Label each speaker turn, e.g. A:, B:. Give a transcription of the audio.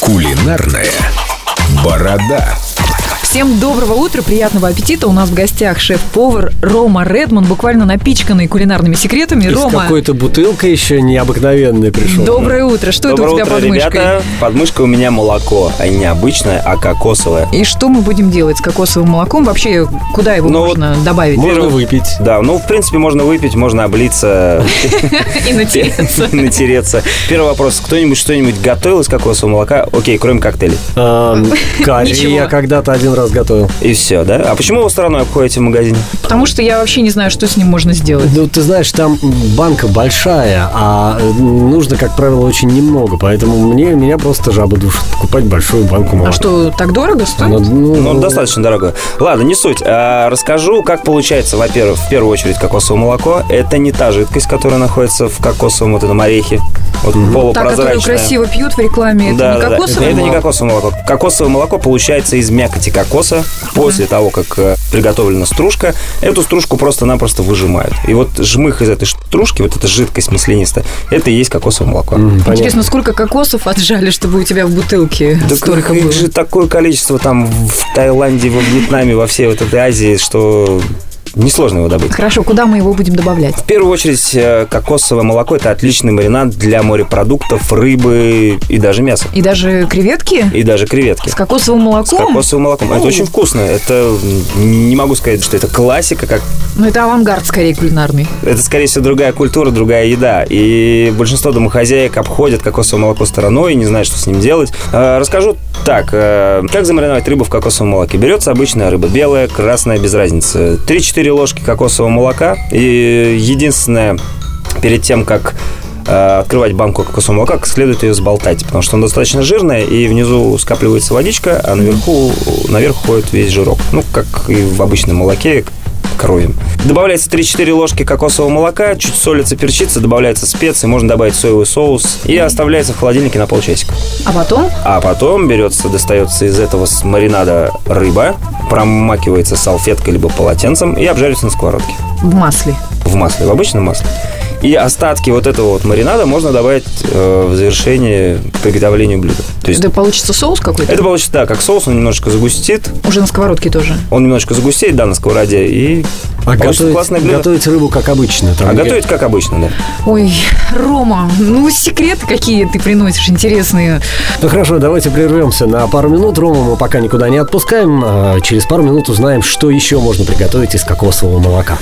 A: Кулинарная борода.
B: Всем доброго утра, приятного аппетита. У нас в гостях шеф-повар Рома Редман, буквально напичканный кулинарными секретами.
C: И с
B: Рома,
C: какой-то бутылкой еще необыкновенной пришел.
B: доброе утро. Что это у тебя под мышкой?
D: ребята. Подмышка у меня молоко. А не обычное, а кокосовое.
B: И что мы будем делать с кокосовым молоком? Вообще, куда его
D: Ну,
B: можно добавить?
C: Можно
D: Первый-
C: выпить.
D: Да, ну, в принципе, можно выпить, можно облиться,
B: И натереться.
D: натереться. Первый вопрос. Кто-нибудь что-нибудь готовил из кокосового молока? Окей, кроме коктейлей.
C: Эм, Карри
B: Ничего.
C: я когда-то один раз готовил.
D: И все, да? А почему вы стороной обходите в магазине?
B: Потому что я вообще не знаю, что с ним можно сделать.
C: Ну, ты знаешь, там банка большая, а э, нужно, как правило, очень немного. Поэтому мне, меня просто жаба душит покупать большую банку молока.
B: А что, так дорого стоит?
C: Оно, ну,
D: Ну, достаточно дорогой. Ладно, не суть. А, расскажу, как получается, во-первых, в первую очередь кокосовое молоко. Это не та жидкость, которая находится в кокосовом вот этом орехе. Вот
B: Та,
D: полупрозрачная.
B: которую а красиво пьют в рекламе, это не
D: Да-да-да.
B: кокосовое
D: Это не
B: молоко?
D: кокосовое молоко. Кокосовое молоко получается из мякоти кокоса. После того, как э, приготовлена стружка, эту стружку просто-напросто выжимают. И вот жмых из этой стружки, вот эта жидкость маслянистая, это и есть кокосовое молоко.
C: м, понятно.
B: Интересно, сколько кокосов отжали, чтобы у тебя в бутылке
D: Да
B: столько
D: их
B: было?
D: же такое количество там в Таиланде, во Вьетнаме, во всей вот этой Азии, что несложно его добыть.
B: Хорошо, куда мы его будем добавлять?
D: В первую очередь, э, кокосовое молоко – это отличный маринад для морепродуктов, рыбы и даже мяса.
B: И даже креветки?
D: И даже креветки.
B: С кокосовым молоком?
D: С кокосовым молоком. Это
B: О.
D: очень вкусно. Это м, не могу сказать, что это классика, как
B: Ну, это авангард, скорее, кулинарный.
D: это, скорее всего, другая культура, другая еда. И большинство домохозяек обходят кокосовое молоко стороной и не знают, что с ним делать. Э, Расскажу так. э, Как замариновать рыбу в кокосовом молоке? Берется обычная рыба. Белая, красная, без разницы. 3-4 ложки кокосового молока. И единственное, перед тем, как э, открывать банку кокосового молока, как следует ее сболтать, потому что она достаточно жирная, и внизу скапливается водичка, а наверху, наверх уходит весь жирок. Ну, как и в обычном молоке, коровьем. Добавляется 3-4 ложки кокосового молока, чуть солится, перчится, добавляется специи, можно добавить соевый соус и оставляется в холодильнике на полчасика.
B: А потом
D: А потом берется, достается из этого с маринада рыба, промакивается салфеткой либо полотенцем и обжаривается на сковородке
B: в масле.
D: в масле, в обычном масле. И остатки вот этого вот маринада можно добавить э, в завершение к приготовлению блюда. То есть
B: Да получится соус какой-то?
D: это получится, да, как соус, он немножечко загустит,
B: Уже на сковородке тоже.
D: он немножко загустеет, да, на сковороде, и
C: А
D: получится
C: готовить,
D: классное блюдо.
C: готовить рыбу как обычно. Там
D: А
C: не-
D: готовить как обычно, да.
B: Ой, Рома, ну секреты какие ты приносишь интересные.
C: Ну хорошо, давайте прервемся на пару минут. Рома мы пока никуда не отпускаем. А, Через пару минут узнаем, что еще можно приготовить из кокосового молока.